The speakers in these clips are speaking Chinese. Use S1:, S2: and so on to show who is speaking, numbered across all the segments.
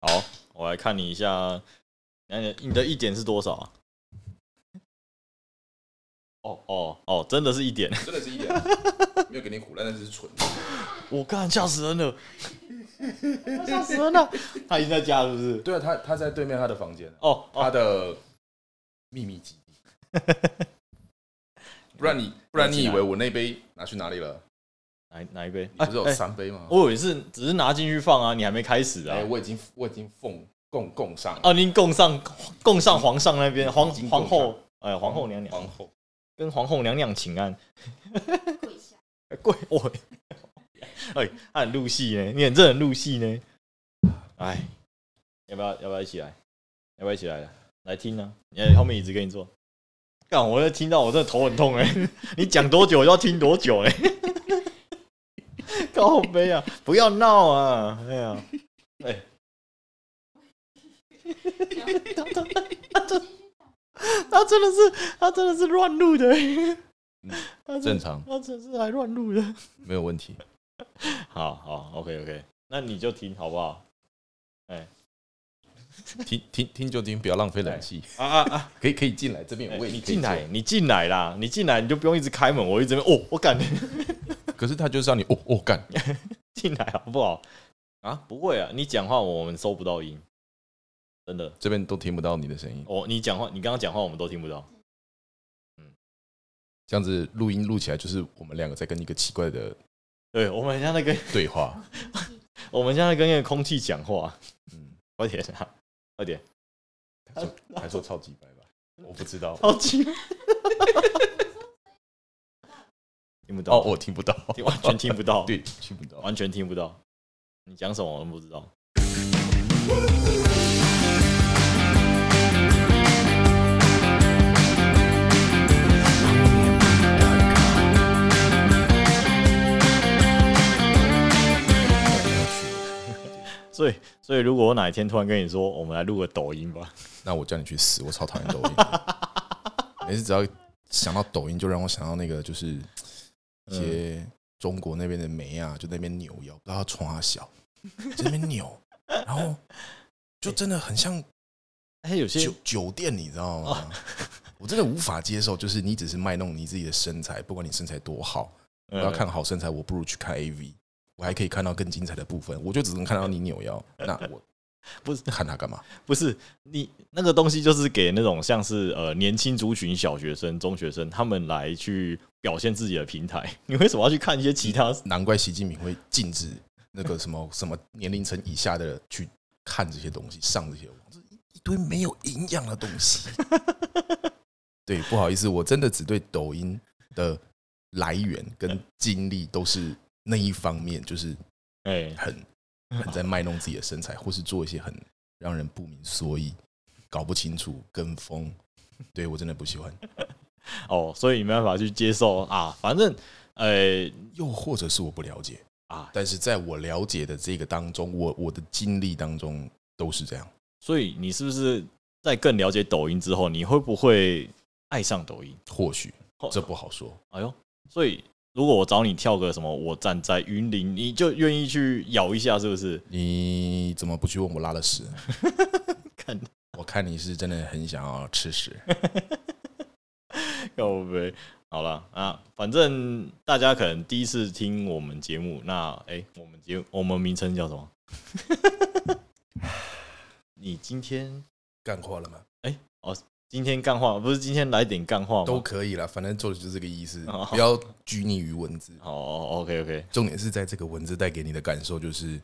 S1: 好，我来看你一下，那你你的一点是多少啊？哦哦哦，真的是一点，
S2: 真的是一点没有给你苦难，但是是纯。
S1: 我干吓死人了， 吓死人了！他已经在家了是不是？
S2: 对啊，他他在对面他的房间，
S1: 哦哦
S2: 他的秘密基地。 不然你不然你以为我那杯拿去哪里了？
S1: 哪一哪一杯？
S2: 你不是有
S1: 哎哎
S2: 三杯吗？
S1: 我以为是只是拿进去放啊，你还没开始啊
S2: 哎，？我已经我已经奉供供上了
S1: 啊，您供上供上皇上那边皇
S2: 已经供
S1: 皇
S2: 上
S1: 后哎皇后娘娘
S2: 皇后，
S1: 跟皇后娘娘请安，
S3: 跪下，
S1: 贵我哎，他很入戏呢，你很这很入戏呢，哎，要不要要不要一起来？要不要一起来来听呢、啊？哎，后面椅子给你坐。干，我在听到我真的头很痛哎、 你讲多久我就要听多久哎、 高杯啊，不要闹啊！哎呀、哎、 他他他真他真的是他真的是乱录的、 欸，他真
S2: 嗯正常
S1: 他真的是还乱录的。
S2: 没有问题。
S1: 好好，OK OK，那你就听好不好？
S2: 听听听就听，不要浪费冷气。
S1: 啊啊啊！
S2: 可以可以哎进来，这边有位，
S1: 你
S2: 可以
S1: 进来，你进来啦，你进来你就不用一直开门，我一直在那边哦，我感 觉
S2: 坐。可是他就是让你哦哦干，
S1: 进来好不好？啊，不会啊，你讲话我们收不到音，真的。
S2: 这边都听不到你的声音，
S1: 哦，你讲话，你刚刚讲话我们都听不到。
S2: 这样子录音录起来就是我们两个在跟一个奇怪的
S1: 对，我们很像在跟
S2: 对话。
S1: 我们现在跟那个空气讲话，
S2: 嗯，
S1: 快点啊，快点，
S2: 还说还说超级白吧，我不知道。
S1: 超级 听不到
S2: 哦，我 听不到，
S1: 听完全听不到，
S2: 对，听不到。
S1: 完全听不到，你讲什么我都不知 道。所以，所以如果我哪一天突然跟你说，我们来录个抖音吧，
S2: 那我叫你去死，我超讨厌抖音的。每次只要想到抖音，就让我想到那个就是一些中国那边的梅啊，就那边扭腰，不知道他冲他啊小，在那边 扭，然后就真的很像
S1: 哎，有些
S2: 酒酒店，你知道吗？我真的无法接受，就是你只是卖弄你自己的身材，不管你身材多好，
S1: 呃
S2: 我要看好身材，我不如去看 AV，我还可以看到更精彩的部分，我就只能看到你扭腰，那我
S1: 不是
S2: 看他干嘛？
S1: 不是你那个东西，就是给那种像是呃年轻族群、小学生、中学生他们来去表现自己的平台。你为什么要去看一些其他？
S2: 难怪习近平会禁止那个什么什么年龄层以下的人去看这些东西，上这些网，这一一堆没有营养的东西。对，不好意思，我真的只对抖音的来源跟经历都是那一方面，就是
S1: 哎、
S2: 很 很在卖弄自己的身材，或是做一些很让人不明所以、搞不清楚、跟风。对我真的不喜欢，
S1: 哦，所以你没办法去接受啊。反正，呃、
S2: 又或者是我不了解。
S1: 啊，
S2: 但是在我了解的这个当中，我我的经历当中都是这样。
S1: 所以你是不是在更了解抖音之后，你会不会爱上抖音？
S2: 或许
S1: 或
S2: 这不好说，
S1: 哎呦，所以如果我找你跳个什么，我站在云林，你就愿意去咬一下，是不是？
S2: 你怎么不去问我拉了屎？
S1: 看
S2: 我看你是真的很想要吃屎。
S1: 要呗。好了啊，反正大家可能第一次听我们节目，那哎、诶我们节我们名称叫什么？ 你今天
S2: 干话了吗？
S1: 今天干话不是今天来点干话吗？
S2: 都可以了，反正做的就是这个意思
S1: 哦，
S2: 不要拘泥于文字。
S1: 好、o o k OK，
S2: 重点是在这个文字带给你的感受，就是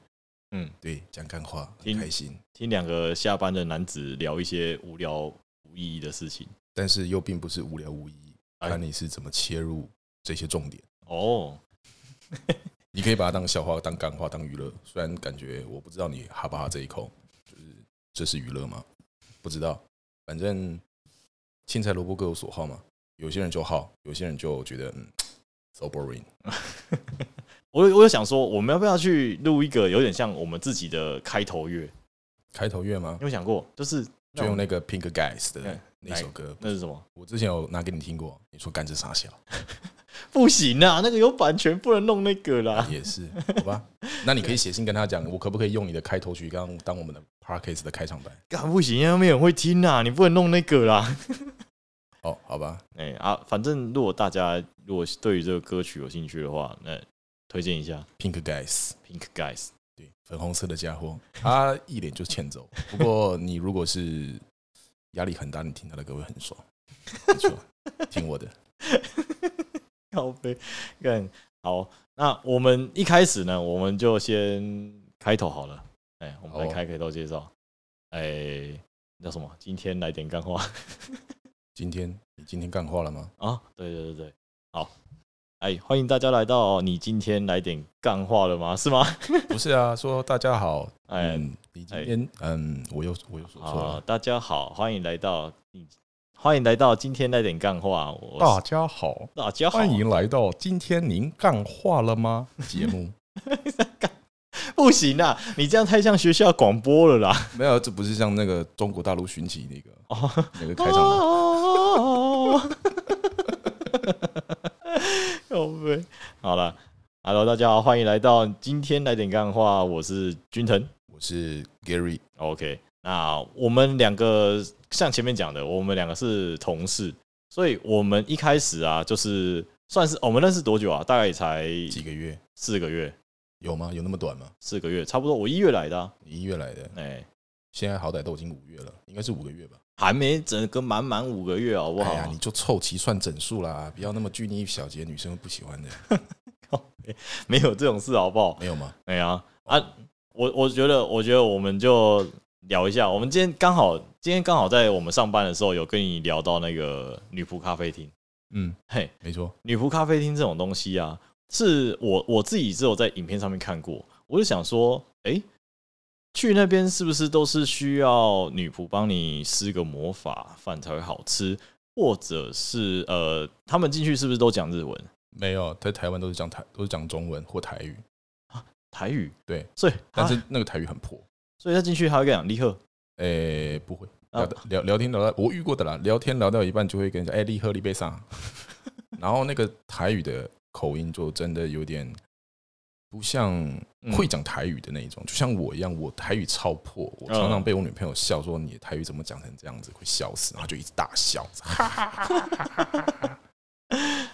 S1: 嗯，
S2: 对讲干话很
S1: 听
S2: 开心，
S1: 听两个下班的男子聊一些无聊无意义的事情。
S2: 但是又并不是无聊无意义。
S1: 哎
S2: 看你是怎么切入这些重点，
S1: 哦，
S2: 你可以把它当笑话、当干话、当娱乐。虽然感觉我不知道你哈不哈这一口，就是这是娱乐吗？不知道，反正青菜萝卜各有所好嘛。有些人就好，有些人就觉得嗯 so boring。
S1: 我有我有想说，我们要不要去录一个有点像我们自己的开头乐？你
S2: 开头乐吗？
S1: 有想过，就是
S2: 就用
S1: 那
S2: 那个 Pink Guys 的
S1: 哎
S2: 那首歌，
S1: 那是什么？
S2: 我之前有拿给你听过，你说干这傻笑，
S1: 不行啊，那个有版权，不能弄那个啦。
S2: 也是，好吧？那你可以写信跟他讲，我可不可以用你的开头曲当当我们的 podcast 的开场白？
S1: 干不行，他们很会听啊，你不能弄那个啦。
S2: 哦，好吧，
S1: 哎、啊，反正如果大家如果对于这个歌曲有兴趣的话，那推荐一下
S2: Pink Guys，
S1: Pink Guys。
S2: 对，粉红色的家 伙，他一脸就欠揍。不过你如果是压力很大，你听他的歌会很爽，没错，听我的。
S1: 靠背，干好。那我们一开始呢，我们就先开头好了。哎、我们来
S2: 好哦
S1: 开开头介绍。哎、那叫什么？今天来点干话
S2: 今天你今天干话了吗？
S1: 啊！对对对对，好。哎，欢迎大家来到。你今天来点干话了吗？是吗？
S2: 不是啊，说大家好，
S1: 哎、
S2: 嗯，你今天嗯，我又我又说错
S1: 好，
S2: 了，
S1: 哦大家好，欢迎来到你，欢迎来到今天来点干话。我
S2: 大家好，
S1: 大家好，
S2: 哦欢迎来到今天您干话了吗节目？
S1: 不行啦，你这样太像学校广播了啦。
S2: 没有，这不是像那个中国大陆寻奇那个
S1: 哦，
S2: 那个开场 吗？
S1: 靠背哦好了，Hello，大家好，欢迎来到今天来点干话，我是君腾。
S2: 我是 Gary，
S1: OK，那我们两个像前面讲的，我们两个是同事，所以我们一开始啊，就是算是、哦我们认识多久啊？大概也才
S2: 几个月
S1: 四个月，
S2: 有吗？有那么短吗？
S1: 四个月差不多。我一月来的、啊，
S2: 你一月来的，
S1: 哎、
S2: 现在好歹都已经五月了，应该是五个月吧？
S1: 还没整个满满五个月好不好？
S2: 哎呀，你就凑齐算整数啦，不要那么拘泥于小节，女生不喜欢的，
S1: 没有这种事好不好？
S2: 没有吗？
S1: 哎呀啊，我我觉得，我觉得我们就聊一下。我们今天刚好，今天刚好在我们上班的时候，有跟你聊到那个女仆咖啡厅。
S2: 嗯，
S1: 嘿，
S2: 没错，
S1: 女仆咖啡厅这种东西啊，是我我自己只有在影片上面看过，我就想说，哎、去那边是不是都是需要女仆帮你施个魔法，饭才会好吃？或者是呃，他们进去是不是都讲日文、
S2: 没有，在台湾都是讲台都是讲中文或台语，
S1: 台语？
S2: 对，
S1: 所以
S2: 但是
S1: 啊
S2: 那个台语很破。
S1: 所以他进去他会跟你讲立刻
S2: 诶、哎不会
S1: 啊
S2: 聊到聊聊天聊到我遇过的啦，聊天聊到一半就会跟人家哎，立喝立杯 上，然后那个台语的口音就真的有点不像
S1: 嗯
S2: 会讲台语的那一种，就像我一样，我台语超破，我常常被我女朋友笑说你的台语怎么讲成这样子，会笑死，然后就一直大笑，哈哈哈哈哈哈哈。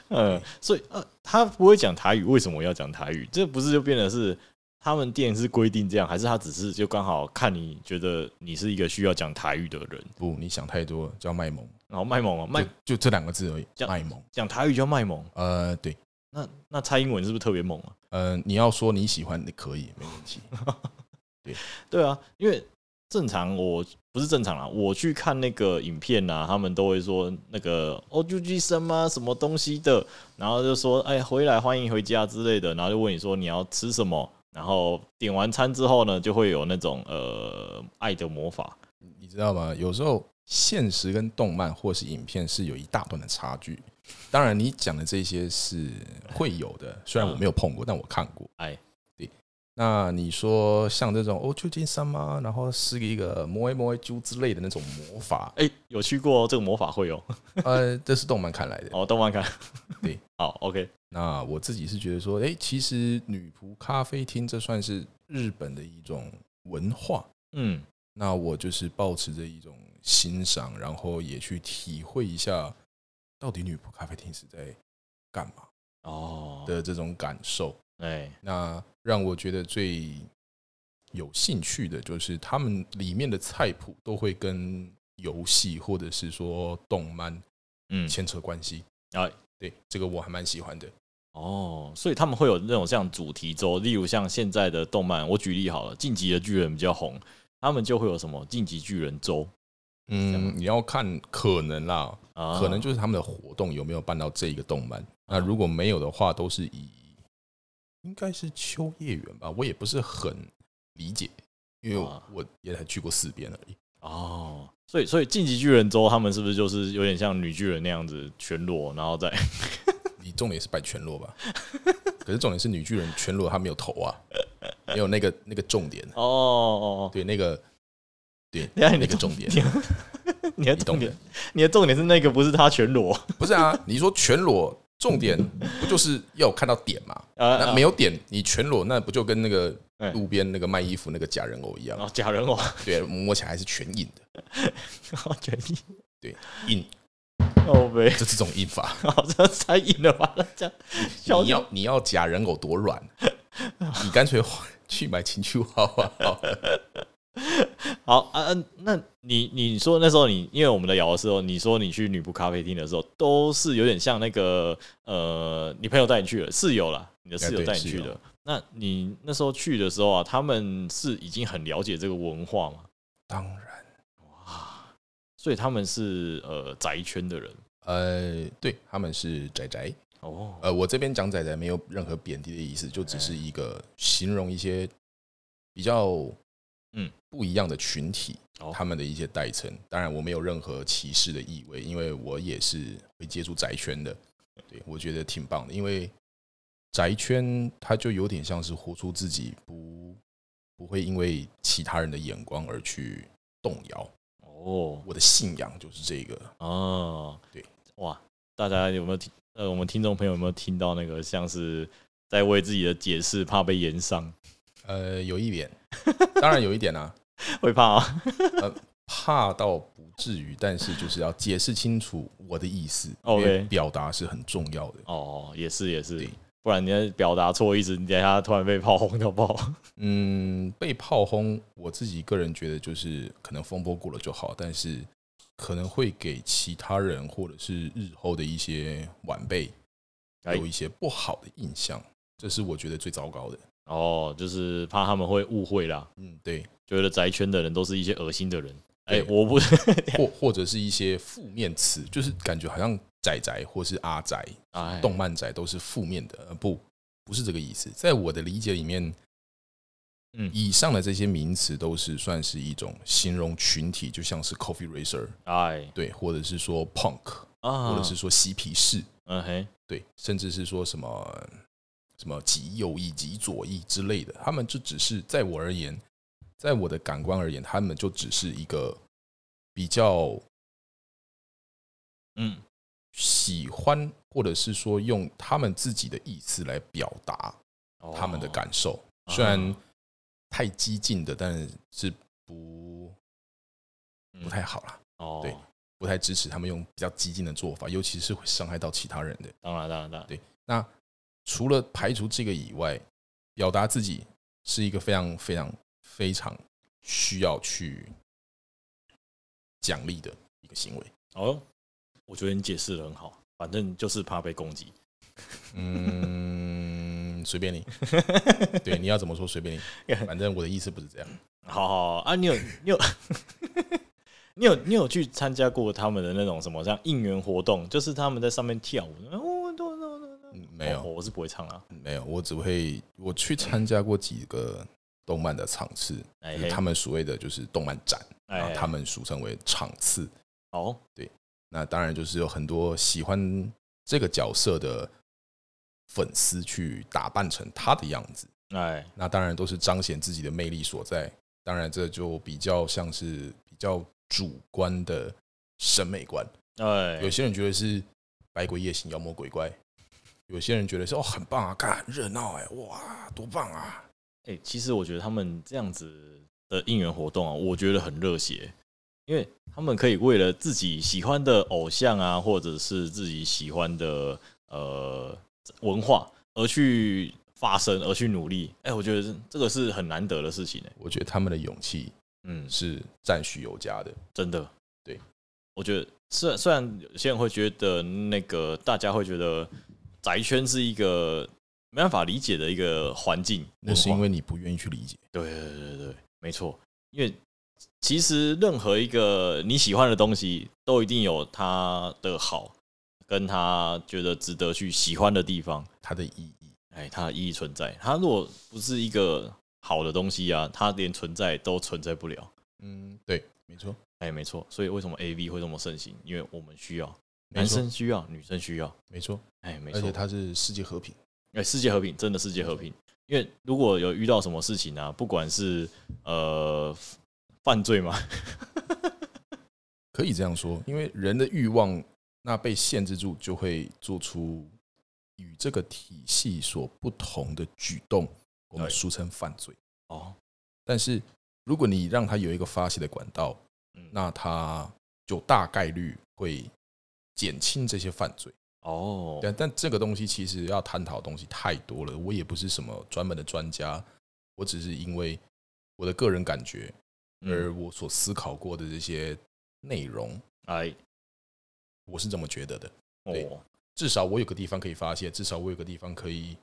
S1: 呃，所以呃，他不会讲台语，为什么要讲台语？这不是就变得是他们店是规定这样，还是他只是就刚好看你觉得你是一个需要讲台语的人，
S2: 不，你想太多，叫卖萌，
S1: 然后卖萌啊，卖
S2: 就就这两个字而已
S1: 这，样
S2: 卖萌。
S1: 讲台语叫卖萌。
S2: 呃，对，
S1: 那那蔡英文是不是特别猛啊？
S2: 呃，你要说你喜欢，你可以，没问题。
S1: 对啊，因为正常我不是正常啦，我去看那个影片啊，他们都会说那个哦 G G 什么什么东西的，然后就说哎回来欢迎回家之类的，然后就问你说你要吃什么，然后点完餐之后呢，就会有那种呃爱的魔法，
S2: 你知道吗？有时候现实跟动漫或是影片是有一大段的差距。当然，你讲的这些是会有的，虽然我没有碰过，但我看过。
S1: 嗯哎，，
S2: 对。那你说像这种哦，就近三吗？然后是一个摸一摸一揪之类的那种魔法
S1: 哎、有去过哦这个魔法会哦，
S2: 呃，这是动漫看来的。
S1: 哦动漫看，
S2: 对，
S1: 好 OK，
S2: 那我自己是觉得说，哎，其实女仆咖啡厅这算是日本的一种文化。
S1: 嗯
S2: 那我就是保持着一种欣赏，然后也去体会一下，到底女仆咖啡厅是在干嘛
S1: 哦，
S2: 的这种感受。
S1: 哎
S2: 那让我觉得最有兴趣的就是他们里面的菜谱都会跟游戏或者是说动漫
S1: 嗯
S2: 牵扯关系。
S1: 哎，
S2: 对，这个我还蛮喜欢的。
S1: 哦，所以他们会有那种像主题周，例如像现在的动漫，我举例好了，《进击的巨人》比较红，他们就会有什么《进击巨人周》这样
S2: 嗯，你要看可能啦，
S1: 啊，
S2: 可能就是他们的活动有没有办到这一个动漫。那如果没有的话，都是以应该是秋叶原吧，我也不是很理解，因为我
S1: 啊
S2: 我也才去过四遍而已。
S1: 哦，所以所以《进击巨人周》他们是不是就是有点像女巨人那样子全裸，然后再，
S2: 你重点是摆全裸吧？ 可是重点是女巨人全裸，她没有头啊，没有那个那个重点
S1: 哦哦，
S2: 对那个对
S1: 等一下
S2: 那
S1: 你
S2: 个
S1: 的
S2: 重点，
S1: 你的
S2: 你懂
S1: 重
S2: 的
S1: 点，你的重点是那个不是他全裸
S2: 不是啊？你说全裸重点不就是要有看到点嘛？
S1: 啊
S2: 那没有点，你全裸，那不就跟那个
S1: 哎
S2: 路边那个卖衣服那个假人偶一样？
S1: 哦，假人偶，
S2: 对，摸起来还是全硬的，
S1: 好决定，
S2: 硬
S1: 哦呗，
S2: 就这种硬法。
S1: 好这太硬了吧？这样， 小
S2: 你要你要假人偶多 软，你干脆 去买情趣娃娃 好了。
S1: 好啊，啊那你你说那时候你因为我们在聊的时候，你说你去女仆咖啡厅的时候，都是有点像那个呃，你朋友带你去的室友啦，你的室友
S2: 哎对
S1: 带你去
S2: 室
S1: 的
S2: 友。
S1: 那你那时候去的时候啊，他们是已经很了解这个文化嘛，
S2: 当然，
S1: 所以他们是呃宅圈的人
S2: 呃，对，他们是宅宅。
S1: 哦，
S2: 呃，我这边讲仔仔没有任何贬低的意思，就只
S1: 哎
S2: 是一个形容一些比较
S1: 嗯
S2: 不一样的群体
S1: 哦，
S2: 他们的一些代称。当然，我没有任何歧视的意味，因为我也是会接触宅圈的。对，我觉得挺棒的，因为宅圈它就有点像是活出自己，不不会因为其他人的眼光而去动摇。
S1: 哦
S2: 我的信仰就是这个，
S1: 哦，
S2: 对，
S1: 哇，大家有没有听？呃，我们听众朋友有没有听到那个像是在为自己的解释怕被延上，
S2: 呃，有一点，当然有一点啊。
S1: 会怕啊？
S2: 怕到不至于，但是就是要解释清楚我的意思。
S1: OK
S2: 因为表达是很重要的。
S1: 哦，也是也是
S2: 对，
S1: 不然你在表达错意思，你等一下突然被炮轰到爆。
S2: 嗯，被炮轰，我自己个人觉得就是可能风波过了就好，但是可能会给其他人或者是日后的一些晚辈
S1: 哎
S2: 有一些不好的印象，这是我觉得最糟糕的。
S1: 哦，就是怕他们会误会啦，
S2: 嗯，对，
S1: 觉得宅圈的人都是一些恶心的人。哎、
S2: 对
S1: 我不是
S2: 或或者是一些负面词，就是感觉好像仔仔或是阿仔
S1: 哎，
S2: 动漫宅都是负面的，呃，不，不是这个意思。在我的理解里面，
S1: 嗯
S2: 以上的这些名词都是算是一种形容群体，就像是 coffee racer，
S1: 哎
S2: 对，或者是说 punk，
S1: 啊，
S2: 或者是说嬉皮士，
S1: 嗯嘿，
S2: 对，甚至是说什么什么极右翼、极左翼之类的，他们就只是在我而言，在我的感官而言，他们就只是一个比较
S1: 嗯
S2: 喜欢，或者是说用他们自己的意思来表达
S1: 哦
S2: 他们的感受。
S1: 啊
S2: 虽然太激进的，但是不
S1: 嗯
S2: 不太好啦，
S1: 哦，
S2: 对不太支持他们用比较激进的做法，尤其是会伤害到其他人的。
S1: 当然当然当然，
S2: 对除了排除这个以外，表达自己是一个非常非常非常需要去奖励的一个行为。
S1: 哦，我觉得你解释的很好，反正就是怕被攻 击。
S2: 嗯， 随便你，对，你要怎么说随便 你，反正我的意思不是这样。
S1: 好好好啊，你有你有 你有你有去参加过他们的那种什么像应援活动，就是他们在上面跳舞，哦，对对对对
S2: 嗯没有
S1: 哦我是不会唱啊。
S2: 没有，我只会我去参加过几个动漫的场次，
S1: 哎
S2: 就
S1: 嘿
S2: 是他们所谓的就是动漫展，
S1: 哎
S2: 然后
S1: 嘿，
S2: 他们俗称为场次。
S1: 哦，
S2: 那当然就是有很多喜欢这个角色的粉丝去打扮成他的样子，
S1: 哎，
S2: 那当然都是彰显自己的魅力所在。当然，这就比较像是比较主观的审美观。
S1: 哎
S2: 有，些人觉得是百鬼夜行、妖魔鬼怪，有些人觉得是哦很棒啊，看很热闹哎，哇多棒啊！
S1: 哎，其实我觉得他们这样子的应援活动啊，我觉得很热血，因为他们可以为了自己喜欢的偶像啊，或者是自己喜欢的呃文化而去发声，而去努力。哎，我觉得这个是很难得的事情哎、
S2: 我觉得他们的勇气
S1: 嗯，
S2: 是赞许有加的。
S1: 真的，
S2: 对，
S1: 我觉得虽然虽然有些人会觉得那个大家会觉得宅圈是一个没办法理解的一个环境文化，
S2: 那是因为你不愿意去理解。
S1: 对对对对对，没错，因为其实任何一个你喜欢的东西，都一定有它的好，跟它觉得值得去喜欢的地方，
S2: 它的意义。
S1: 哎，它的意义存在。它如果不是一个好的东西啊，它连存在都存在不了。
S2: 嗯，对，没错，
S1: 哎，没错，所以为什么 A V 会这么盛行？因为我们需要，
S2: 没
S1: 男
S2: 错，
S1: 生需要，女生需要。
S2: 没错，
S1: 哎，没
S2: 而
S1: 错
S2: 且，它是世界和平。
S1: 哎，世界和平，真的世界和平。因为如果有遇到什么事情啊，不管是呃犯罪嘛，
S2: 可以这样说，因为人的欲望那被限制住，就会做出与这个体系所不同的举动，我们
S1: 对
S2: 俗称犯罪。
S1: 哦，
S2: 但是如果你让他有一个发泄的管道，
S1: 嗯
S2: 那他就大概率会减轻这些犯罪。
S1: 哦，
S2: 啊但但这个东西其实要探讨的东西太多了，我也不是什么专门的专家，我只是因为我的个人感觉，
S1: 嗯
S2: 而我所思考过的这些内容，
S1: 哎，
S2: 我是这么觉得的。对
S1: 哦，
S2: 至少我有个地方可以发泄，至少我有个地方可以，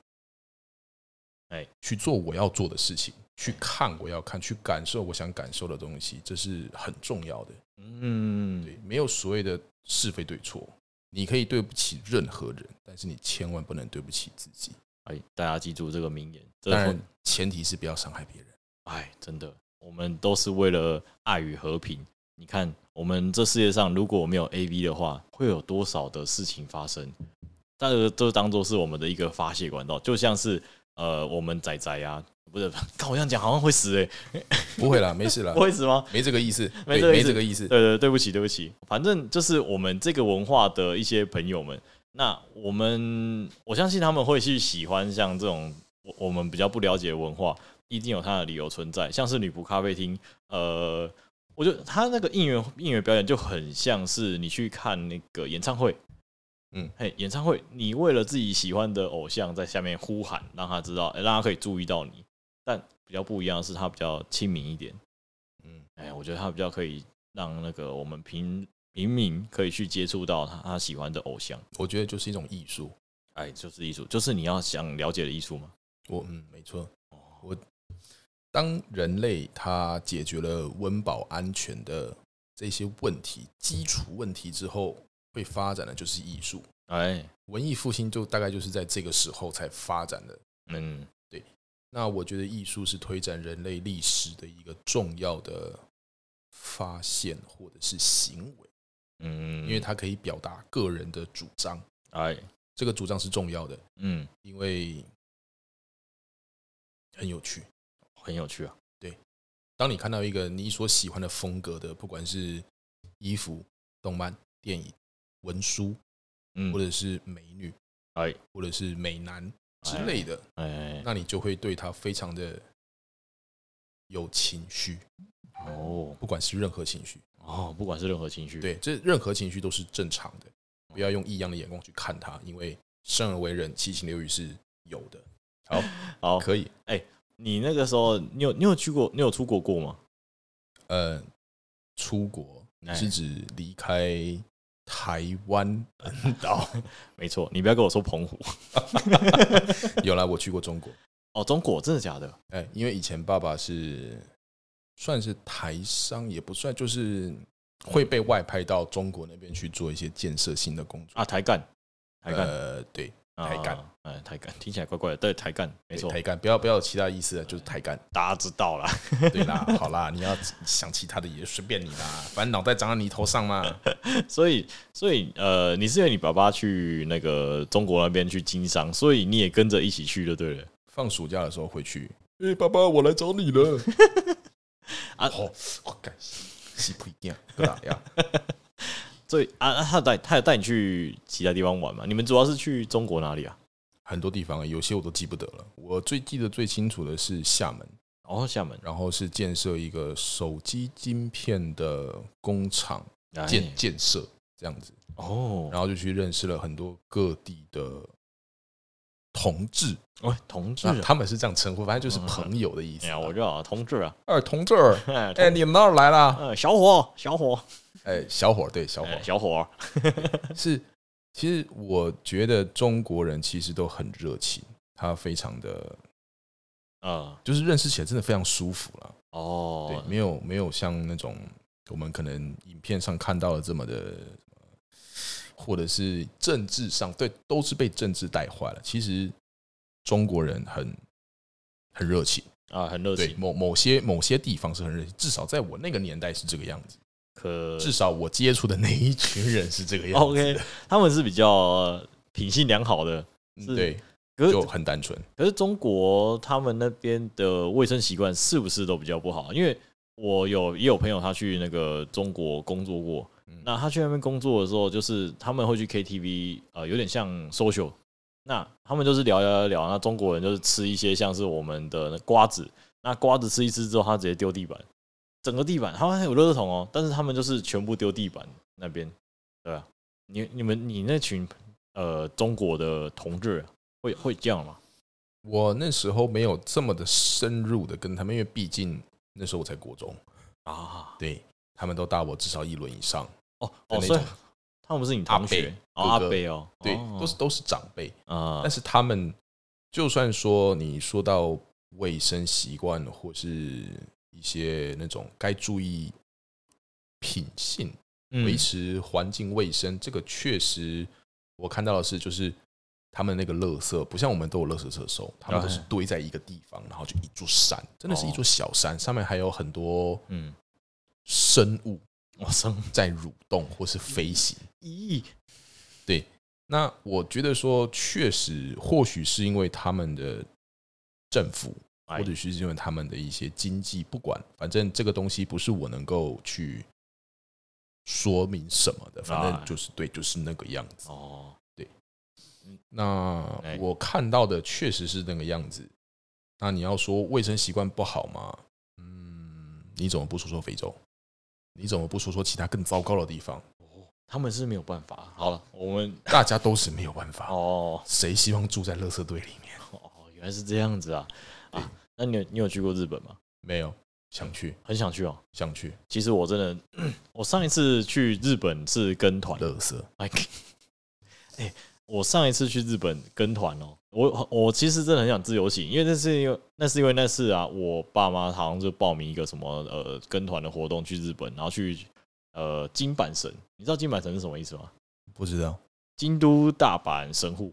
S1: 哎，
S2: 去做我要做的事情，去看我要看，去感受我想感受的东西，这是很重要的。对
S1: 嗯，，
S2: 没有所谓的是非对错，你可以对不起任何人，但是你千万不能对不起自己。
S1: 哎，大家记住这个名言，这
S2: 当
S1: 个
S2: 然，前提是不要伤害别人。
S1: 哎，真的，我们都是为了爱与和平。你看，我们这世界上如果没有 A V 的话，会有多少的事情发生？但是都当做是我们的一个发泄管道，就像是呃，我们仔仔啊，不是， 看我这样讲好像会死哎、
S2: 不会啦，没事啦
S1: 不，会死吗？
S2: 没这个意思，
S1: 没这个意
S2: 对没
S1: 思
S2: 这个意思。
S1: 对对，对不起，对不起，反正就是我们这个文化的一些朋友们，那我们我相信他们会去喜欢像这种我我们比较不了解的文化，一定有它的理由存在。像是女仆咖啡厅，呃，我觉得他那个应援应援表演就很像是你去看那个演唱会。
S2: 嗯，
S1: 嘿，演唱会，你为了自己喜欢的偶像在下面呼喊，让他知道，哎让他可以注意到你。但比较不一样的是，他比较亲民一点。
S2: 嗯，
S1: 哎，我觉得他比较可以让那个我们平平民可以去接触到他他喜欢的偶像。
S2: 我觉得就是一种艺术。
S1: 哎，就是艺术，就是你要想了解的艺术嘛。
S2: 我嗯，没错。我当人类他解决了温饱安全的这些问题、基础问题之后，会发展的就是艺术。
S1: 哎，
S2: 文艺复兴就大概就是在这个时候才发展的。
S1: 嗯，
S2: 那我觉得艺术是推展人类历史的一个重要的发现或者是行为，
S1: 嗯，
S2: 因为它可以表达个人的主张，
S1: 哎，
S2: 这个主张是重要的。
S1: 嗯，
S2: 因为很有趣。
S1: 很有趣啊。
S2: 当你看到一个你所喜欢的风格的，不管是衣服、动漫、电影、文书，
S1: 嗯，
S2: 或者是美女，
S1: 哎
S2: 或者是美男之类的，
S1: 哎，
S2: 那你就会对他非常的有情绪，
S1: 哦
S2: 不管是任何情绪，
S1: 哦，不管是任何情绪，，
S2: 对，这任何情绪都是正常的，
S1: 嗯
S2: 不要用异样的眼光去看他，因为生而为人，七情六欲是有的。好，
S1: 好，
S2: 可以，
S1: 你那个时候，你有你有去过，你有出国过 吗？
S2: 呃，出国
S1: 哎
S2: 是指离开台湾 本岛。
S1: 没错，你不要跟我说澎湖
S2: 有啦，我去过中国，
S1: 哦，中国真的假的？
S2: 哎、因为以前爸爸是算是台商，也不算，就是会被外派到中国那边去做一些建设性的工作。
S1: 啊，台干，台干，
S2: 呃，对，台
S1: 啊
S2: 干，
S1: 哎，台干听起来怪怪的，对，台干，没
S2: 对
S1: 错，
S2: 台干，不要不要有其他意思了，就是台干。
S1: 大家知道啦。
S2: 对啦，好啦，你要想其他的也随便你啦，反正脑袋长在你头上嘛。
S1: 所以，所以，呃，你是因为你爸爸去那个中国那边去经商，所以你也跟着一起去就对了
S2: 放暑假的时候回去，哎、爸爸，我来找你了。
S1: 啊。
S2: 哦，我感是不一样，对吧？呀，
S1: 所以啊，啊他有带他有带你去其他地方玩嘛？你们主要是去中国哪里啊？
S2: 很多地方欸有些我都记不得了。我最记得最清楚的是厦门，
S1: 哦，厦门
S2: 然后是建设一个手机晶片的工厂
S1: 哎
S2: 建建设这样子，
S1: 哦，
S2: 然后就去认识了很多各地的同志，
S1: 喂，同志
S2: 啊，
S1: 啊，
S2: 他们是这样称呼，反正就是朋友的意思
S1: 哎。呀，我知道啊，同志啊，
S2: 二同志儿，
S1: 哎，
S2: 哎，
S1: 同
S2: 你们哪儿 来啦？
S1: 呃，小伙，小伙，
S2: 哎，小伙儿，对，小伙
S1: 哎
S2: 儿，
S1: 小伙，
S2: 是，其实我觉得中国人其实都很热情，他非常的，
S1: 嗯，
S2: 就是认识起来真的非常舒服啦。对，
S1: 哦，
S2: 没有没有像那种我们可能影片上看到的这么的，或者是政治上对，都是被政治带坏了。其实中国人很很热情，
S1: 啊，很热
S2: 对
S1: 情，
S2: 某某些某些地方是很热情，至少在我那个年代是这个样子，
S1: 可
S2: 至少我接触的那一群人 是这个样子。
S1: OK，他们是比较呃品性良好的，
S2: 嗯
S1: 是
S2: 对，
S1: 可是
S2: 就很单纯。
S1: 可是中国他们那边的卫生习惯是不是都比较不好？因为我有也有朋友他去那个中国工作过，
S2: 嗯
S1: 那他去那边工作的时候，就是他们会去 KTV，呃，有点像 social，那他们就是聊聊聊，那中国人就是吃一些像是我们的那瓜子，那瓜子吃一吃之后，他直接丢地板，整个地板，他们还有垃圾桶哦，但是他们就是全部丢地板那边，对吧、你你们你那群呃中国的同志啊会会这样吗？
S2: 我那时候没有这么的深入的跟他们，因为毕竟那时候我才国中，
S1: 啊，
S2: 对他们都大我至少一轮以上，
S1: 哦
S2: 的
S1: 哦，
S2: 那
S1: 所以
S2: 种
S1: 他们是你同学哦，
S2: 阿
S1: 阿
S2: 伯
S1: 北哦，
S2: 对，
S1: 哦
S2: 都是都是长辈。
S1: 啊
S2: 但，是他们就算说你说到卫生习惯或是一些那种该注意品性、
S1: 嗯
S2: 维持环境卫生，这个确实我看到的是，就是他们那个垃圾不像我们都有垃圾车收，他们都是
S1: 哎
S2: 堆在一个地方，然后就一座山，真的是一
S1: 哦
S2: 座小山，上面还有很多
S1: 嗯，
S2: 生物
S1: 我生
S2: 在蠕动或是飞行。
S1: 嗯咦，
S2: 那我觉得说，确实或许是因为他们的政府，
S1: 哎
S2: 或者是因为他们的一些经济，不管，反正这个东西不是我能够去说明什么的，反
S1: 哎
S2: 正就是对，就是那个样子。
S1: 哦，
S2: 那
S1: 哎
S2: 我看到的确实是那个样子。那你要说卫生习惯不好吗？嗯，你怎么不说说非洲？你怎么不说说其他更糟糕的地方？
S1: 他们是没有办法。好了，我们
S2: 大家都是没有办法，
S1: 哦
S2: 谁希望住在垃圾堆里面？
S1: 哦，原来是这样子啊啊！那你有你有去过日本吗？
S2: 没有，想去，
S1: 很想去哦。
S2: 想去。
S1: 其实我真的， 我上一次去日本是跟团，
S2: 哦垃圾，
S1: 哎， 哎，我上一次去日本跟团哦，我我其实真的很想自由行，因为那是因为那是因为那次啊，我爸妈好像就报名一个什么呃跟团的活动去日本，然后去呃金板神，你知道金板神是什么意思吗？
S2: 不知道。
S1: 京都、大阪、神户，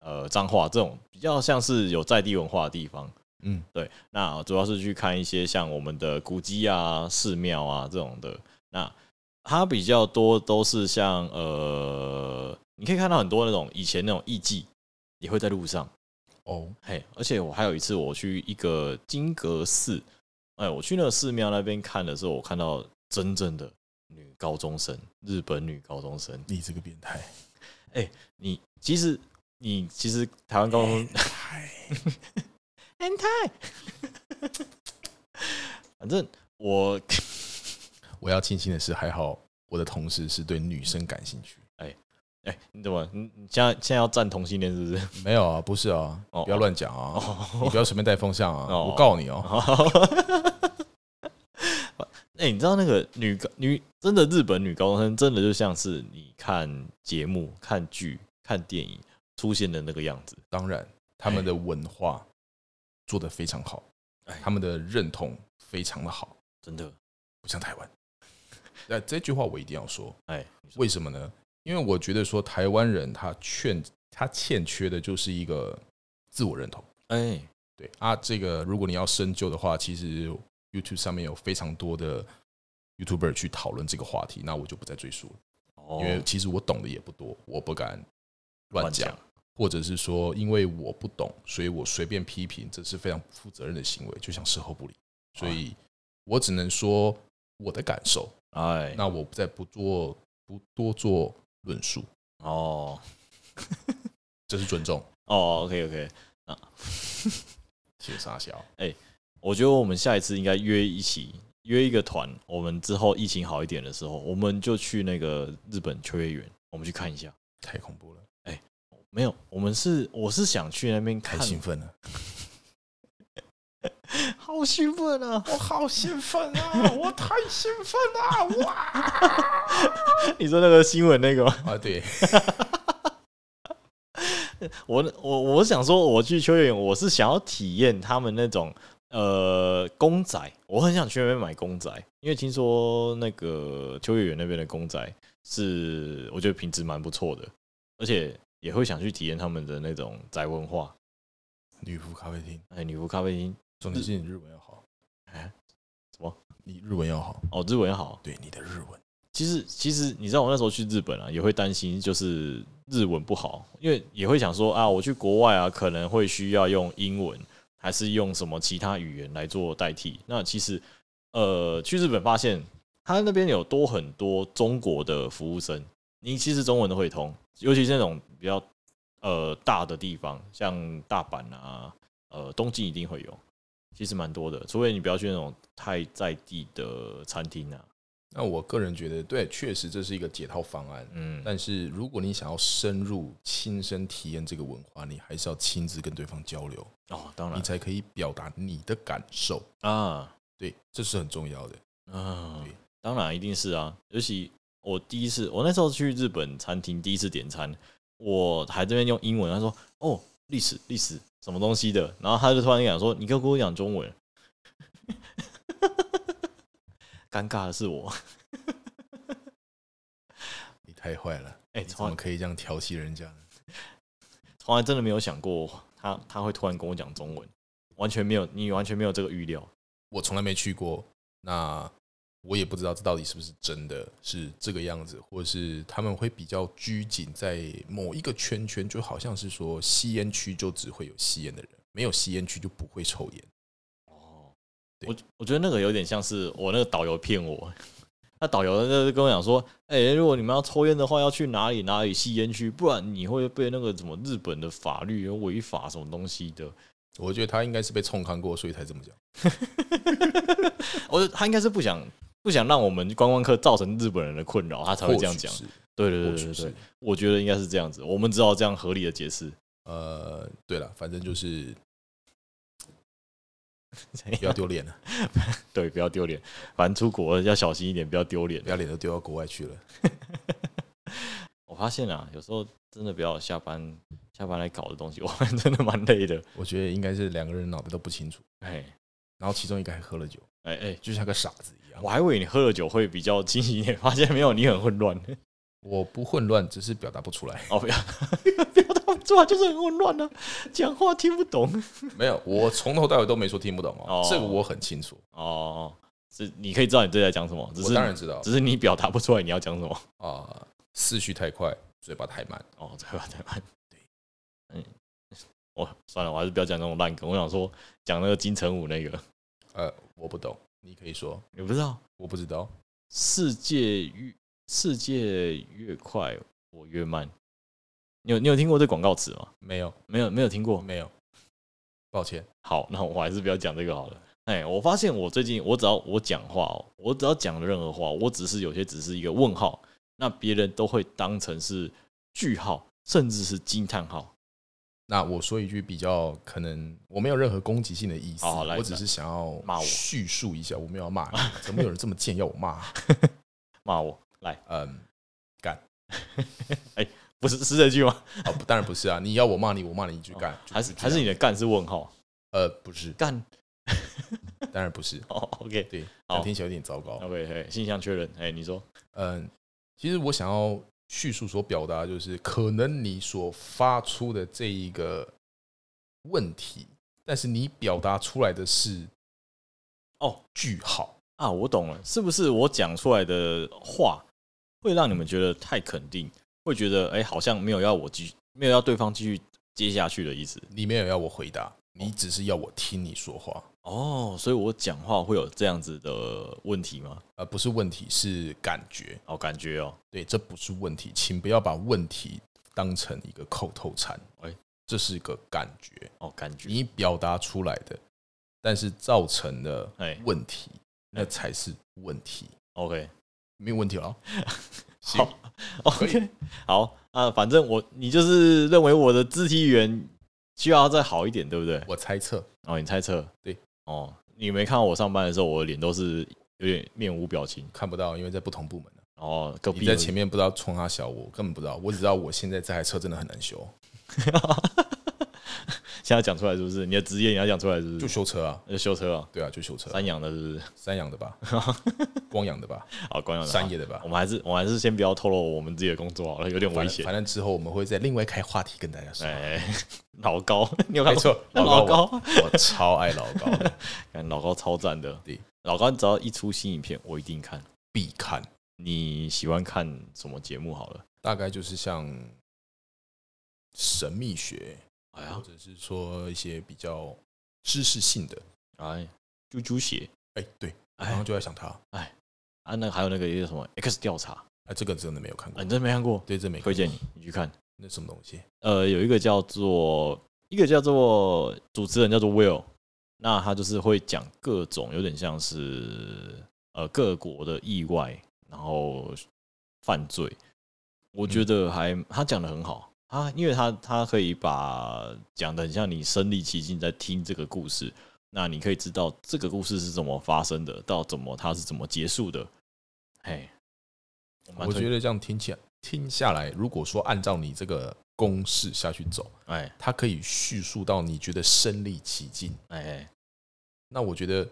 S1: 呃彰化这种比较像是有在地文化的地方。
S2: 嗯，
S1: 对，那主要是去看一些像我们的古迹啊、寺庙啊这种的。那它比较多都是像呃，你可以看到很多那种以前那种艺伎也会在路上。
S2: 哦，
S1: 嘿，而且我还有一次我去一个金阁寺，哎，我去那个寺庙那边看的时候，我看到真正的女高中生，日本女高中生。
S2: 你这个变态，
S1: 你其实你其实台湾高中
S2: 嗯
S1: 生
S2: 态，
S1: 变态， 反正我
S2: 我要庆幸的是，还好我的同事是对女生感兴趣。
S1: 哎、你怎么你你现在现在要站同性恋是不是？
S2: 没有啊，不是啊，
S1: 哦
S2: 不要乱讲啊，你
S1: 哦，
S2: 不要随便带风向啊，
S1: 哦
S2: 我告你哦。
S1: 哎、你知道那个女高女真的日本女高中生，真的就像是你看节目、看剧、看电影出现的那个样子。
S2: 当然，他们的文化做得非常好
S1: 哎，
S2: 他们的认同非常的好，
S1: 真的，
S2: 不像台湾。那这句话我一定要说，
S1: 哎，
S2: 为什么呢？因为我觉得说台湾人他欠他欠缺的就是一个自我认同。
S1: 哎，
S2: 对啊，这个如果你要深究的话，其实 YouTube 上面有非常多的 YouTuber 去讨论这个话题，那我就不再赘述了，
S1: 哦
S2: 因为其实我懂的也不多，我不敢乱
S1: 乱
S2: 讲，，或者是说因为我不懂，所以我随便批评，这是非常不负责任的行为，就像事后不理。所以
S1: 啊
S2: 我只能说我的感受，
S1: 哎，
S2: 那我再不做不多做论述。
S1: 哦
S2: 这是尊重，
S1: 哦，OK OK，啊，
S2: 谢傻笑。
S1: 我觉得我们下一次应该约一起约一个团，我们之后疫情好一点的时候，我们就去那个日本秋叶原，我们去看一下。
S2: 太恐怖了，
S1: 没有，我们是我是想去那边
S2: 太
S1: 看，
S2: 兴奋了，
S1: 好兴奋啊！
S2: 我好兴奋 啊，我太兴奋了，哇！
S1: 你说那个新闻那个吗？
S2: 啊，对，
S1: 我我我想说，我去秋叶原，我是想要体验他们那种呃公仔，我很想去那边买公仔，因为听说那个秋叶原那边的公仔是我觉得品质蛮不错的，而且也会想去体验他们的那种宅文化。
S2: 女仆咖啡厅，
S1: 哎，女仆咖啡厅
S2: 重点是你日文要好，
S1: 哎什么？
S2: 你日文要好，
S1: 哦，日文也好。
S2: 对你的日文，
S1: 其实其实你知道，我那时候去日本啊，也会担心就是日文不好，因为也会想说啊，我去国外啊，可能会需要用英文还是用什么其他语言来做代替。那其实呃，去日本发现他那边有多很多中国的服务生，你其实中文都会通，尤其是那种比较呃大的地方，像大阪啊，呃东京一定会有，其实蛮多的，除非你不要去那种太在地的餐厅啊，
S2: 那我个人觉得，对，确实这是一个解套方案。
S1: 嗯。
S2: 但是如果你想要深入亲身体验这个文化，你还是要亲自跟对方交流，
S1: 哦，当
S2: 你
S1: 然
S2: 才可以表达你的感受。
S1: 啊
S2: 对，这是很重要的。
S1: 啊
S2: 对，
S1: 当然一定是啊。尤其我第一次，我那时候去日本餐厅第一次点餐，我还这边用英文，他说哦，历史历史什么东西的，然后他就突然跟我讲说，你跟我讲中文， 尴尬的是我，
S2: 你太坏了，
S1: 哎、
S2: 你怎
S1: 从
S2: 么
S1: 来
S2: 可以这样调戏人家呢？
S1: 从来真的没有想过他他会突然跟我讲中文，完全没有，你完全没有这个预料。
S2: 我从来没去过，那我也不知道这到底是不是真的是这个样子，或者是他们会比较拘谨在某一个圈圈，就好像是说吸烟区就只会有吸烟的人，没有吸烟区就不会抽烟。
S1: 哦，
S2: 对
S1: 我我觉得那个有点像是我那个导游骗我， 那导游就是跟我讲说，哎、如果你们要抽烟的话，要去哪里哪里吸烟区，不然你会被那个什么日本的法律违法什么东西的。
S2: 我觉得他应该是被冲康过，所以才这么讲。
S1: 我他应该是不想不想让我们观光客造成日本人的困扰，他才会这样讲
S2: 或。许是
S1: 对对
S2: 或
S1: 对
S2: 许
S1: 对对
S2: 是
S1: 对，。我觉得应该是这样子，我们只好这样合理的解释。
S2: 呃，对了，反正就是不要丢脸了，
S1: 对，不要丢脸，反正出国要小心一点，不要丢脸
S2: 不。要脸都丢到国外去了。
S1: 我发现啊，有时候真的不要下班下班来搞的东西，我们真的蛮累的。
S2: 我觉得应该是两个人脑袋都不清楚，
S1: 哎
S2: 然后其中一个还喝了酒，
S1: 哎哎，
S2: 就像个傻子一样
S1: 我。还以为你喝了酒会比较清醒一点， 发现没有，你很混乱。
S2: 我不混乱，只是表达不出来。
S1: 哦，不要 不要他们做话就是很混乱啊，讲话听不懂。
S2: 没有，我从头到尾都没说听不懂哦
S1: 哦，
S2: 这个我很清楚，
S1: 哦，是你可以知道你这在讲什么，只
S2: 我
S1: 是
S2: 当然知道
S1: 只是你表达不出来你要讲什么。
S2: 啊，思绪太快，嘴巴太慢，
S1: 哦，对吧？对吧？对，嗯，我算了，我还是不要讲那种烂梗。我想说讲那个金城武那个，
S2: 呃，我不懂，你可以说
S1: 你不知道
S2: 我不知道，
S1: 世界越世界越快，我越慢。你有你有听过这广告词吗？
S2: 没有，
S1: 没有没有听过
S2: 我，没有，抱歉，
S1: 好，那我还是不要讲这个好了。哎，我发现我最近，我只要我讲话哦，我只要讲任何话，我只是有些只是一个问号，那别人都会当成是句号，甚至是惊叹号。
S2: 那我说一句比较可能我没有任何攻击性的意思，
S1: 好哦好来
S2: 我只是想要
S1: 骂我
S2: 叙述一下，我没有要骂你，怎么有人这么贱要我骂？
S1: 骂我来，
S2: 嗯，
S1: 不是是这句吗？
S2: 哦，不当然不是啊，你要我骂你，我骂你，你就干，就
S1: 哦还是
S2: 就这
S1: 还是
S2: 样
S1: 你的干是问号？
S2: 呃，不是，
S1: 干
S2: 当然不是，
S1: 哦，OK
S2: 对，
S1: 好
S2: 听起来有点糟糕，
S1: OK，嘿，性向确认。哎，你说
S2: 嗯，其实我想要叙述所表达，就是可能你所发出的这一个问题，但是你表达出来的是
S1: 哦
S2: 句号，
S1: 啊，我懂了，是不是我讲出来的话会让你们觉得太肯定，会觉得哎、好像没有要我继续，没有要对方继续接下去的意思？
S2: 你没有要我回答，你只是要我听你说话，
S1: 哦，所以我讲话会有这样子的问题吗？
S2: 而不是问题，是感觉。
S1: 哦，感觉哦，
S2: 对，这不是问题，请不要把问题当成一个口头禅，
S1: 哎
S2: 这是一个感觉，
S1: 哦，感觉，
S2: 你表达出来的，但是造成的
S1: 哎
S2: 问题，那才是问题。
S1: ，OK，
S2: 没有问 题了。行
S1: 好，OK，好 啊，反正我你就是认为我的肢体语言需要再好一点，对不对？
S2: 我猜测，
S1: 哦，你猜测，
S2: 对，
S1: 哦，你没看到我上班的时候，我的脸都是有点面无表情，
S2: 看不到，因为在不同部门啊
S1: 哦，隔
S2: 你
S1: 壁
S2: 在
S1: 而已
S2: 前面不知道冲他小我，根本不知道。我只知道我现在这台车真的很难修。
S1: 现在讲出来是不是？你的职业你要讲出来是不？
S2: 就是修车啊，
S1: 就修车啊，
S2: 对啊，就修车啊，
S1: 山羊的是
S2: 山羊 的吧，
S1: 不是？
S2: 光阳的吧，
S1: 好，关了。
S2: 山野的吧
S1: 我，们还是我们还是先不要透露我们自己的工作好了，有点
S2: 反
S1: 危
S2: 正
S1: 险。
S2: 反正之后我们会再另外开话题跟大家说。
S1: 哎， 老高，你有看
S2: 没
S1: 过？
S2: 错，
S1: 老
S2: 高，
S1: 高，
S2: 我超爱老高的，
S1: 看老高超赞的
S2: 对。
S1: 老高只要一出新影片，我一定看。
S2: 必看。
S1: 你喜欢看什么节目好了？
S2: 大概就是像神秘学，
S1: 哎
S2: 或
S1: 呀，
S2: 者是说一些比较知识性的。
S1: 哎，猪猪血，
S2: 哎，对，然后
S1: 哎
S2: 就在想他，
S1: 啊，那还有那个一个什么 X 调查，
S2: 哎，这个真的没有看
S1: 啊
S2: 过
S1: 你，真没看过？
S2: 对，这没看过
S1: 推荐你，你去看。
S2: 那什么东西？
S1: 呃，有一个叫做一个叫做主持人叫做 Will，那他就是会讲各种有点像是呃各国的意外，然后犯罪。我
S2: 嗯
S1: 觉得还、他讲的很好，他因为他他可以把讲的很像你身临其境在听这个故事，那你可以知道这个故事是怎么发生的，到怎么它是怎么结束的。嘿，蛮
S2: 我
S1: 推
S2: 觉得这样听起来听下来，如果说按照你这个公式下去走，
S1: 哎
S2: 它可以叙述到你觉得身临其境。
S1: 哎哎
S2: 那我觉得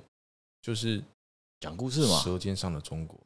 S2: 就是
S1: 讲故事
S2: 《
S1: 嘛，
S2: 舌尖上的中国》，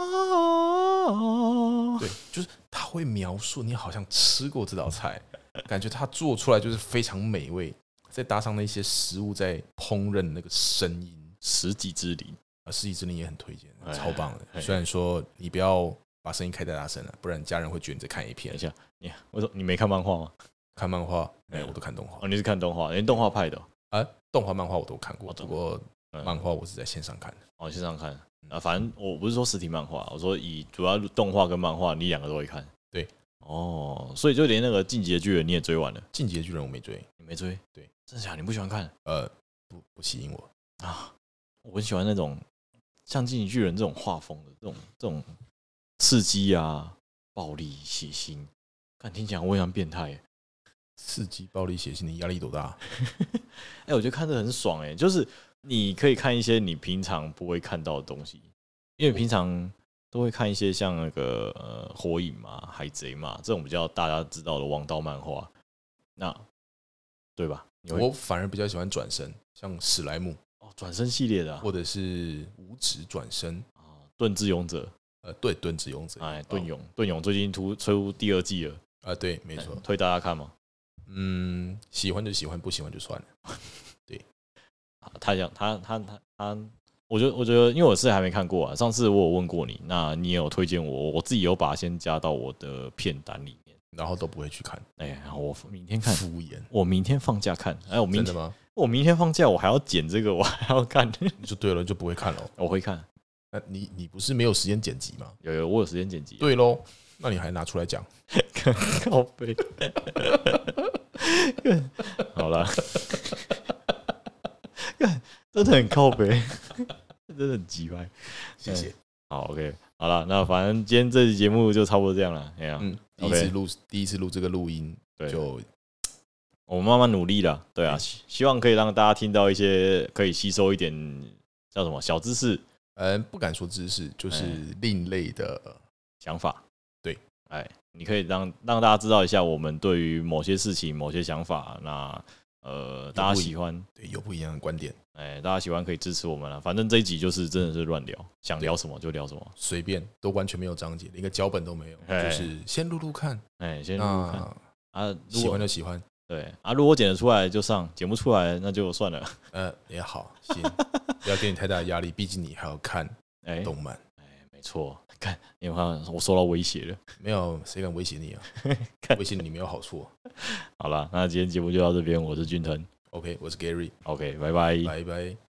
S1: 啊，
S2: 对， 就是他会描述你好像吃过这 道菜，感觉他做出来就是非常美味，再搭上那些食物在烹饪的那个声音，
S1: 十几之灵，
S2: 啊，世纪之灵也很推荐，
S1: 哎
S2: 超棒的。
S1: 哎
S2: 虽然说你不要把声音开太大声了，不然家人会觉得你在看 A
S1: 等
S2: 片
S1: 一、下，你我说你没看漫画吗？
S2: 看漫画，哎、
S1: 哎
S2: 我都看动画
S1: 哦，，你是看动画，连动画派的哦
S2: 啊，动画、漫画我都看过，
S1: 我懂
S2: 不过
S1: 嗯
S2: 漫画我是在线上看的。
S1: 哦，线上看啊。反正我不是说实体漫画，我说以主要动画跟漫画，你两个都会看。
S2: 对，
S1: 哦，所以就连那个《进击的巨人》你也追完了，
S2: 进击的巨人我没追，
S1: 你没追？
S2: 对，
S1: 真的假的？你不喜欢看
S2: 呃，不不吸引我。
S1: 啊？我很喜欢那种像《进击巨人》这种画风的，这种这种刺激啊、暴力、血腥，看听起来我很像变态耶。
S2: 刺激、暴力、血腥，你压力多大？
S1: 哎、我觉得看着很爽哎、就是你可以看一些你平常不会看到的东西，因为平常都会看一些像那个呃火影嘛、海贼嘛这种比较大家知道的王道漫画，那对吧？你会
S2: 我反而比较喜欢转身，像史莱姆
S1: 哦转身系列的啊，
S2: 或者是五指转身，
S1: 啊盾之勇者，
S2: 呃，对，盾之勇者，
S1: 哎，盾勇，盾勇最近出出第二季了，
S2: 啊，对，没错
S1: 哎，推大家看嘛。
S2: 嗯，喜欢就喜欢，不喜欢就算了。
S1: 啊他想他他他他，我觉得我觉得，因为我是还没看过啊，上次我有问过你，那你也有推荐我，我自己有把它先加到我的片单里面。
S2: 然后都不会去看，
S1: 哎、呀，我明天看，
S2: 敷衍，
S1: 我明天放假看。哎、我明
S2: 真的
S1: 天
S2: 吗？
S1: 我明天放假，我还要剪这个， 我还要看，
S2: 就对了，就不会看喽。
S1: 我会看。
S2: 那你你不是没有时间剪辑吗？
S1: 有有，我有时间剪辑。
S2: 对喽，那你还拿出来讲？
S1: 靠背。 好啦， 干真的很靠背，真的很鸡掰。哎
S2: 谢谢。
S1: 好，OK，好了，那反正今天这期节目就差不多这样了。哎呀、
S2: 嗯，第一
S1: OK
S2: 次录第一次录这个录音，
S1: 对，
S2: 就嗯
S1: 我们慢慢努力了，对啊，希希望可以让大家听到一些可以吸收一点叫什么小知识
S2: 嗯不敢说知识，就是
S1: 哎
S2: 另类的。
S1: 想法。
S2: 对，
S1: 哎，你可以让让大家知道一下我们对于某些事情、某些想法。那呃，大家
S2: 不一
S1: 喜欢，
S2: 对，有不一样的观点，
S1: 哎，大家喜欢可以支持我们了。反正这一集就是真的是乱聊，想聊什么就聊什么。
S2: 随便都完全没有章节，连个脚本都没有，
S1: 哎
S2: 就是先录录看，
S1: 哎，先录录看
S2: 那
S1: 啊，如
S2: 喜欢
S1: 果
S2: 就喜欢，
S1: 对啊，如果剪得出来就上，剪不出来那就算了。
S2: 呃，也好， 行，不要给你太大的压力，毕竟你还要看
S1: 哎，
S2: 动漫，
S1: 没错，看你有没有看我受到威胁了。
S2: 没有谁敢威胁 你啊，威胁你没有好处啊。
S1: 好了，那今天节目就到这边，我是君腾
S2: OK，我是 Gary，
S1: ，OK，拜拜。
S2: 拜拜。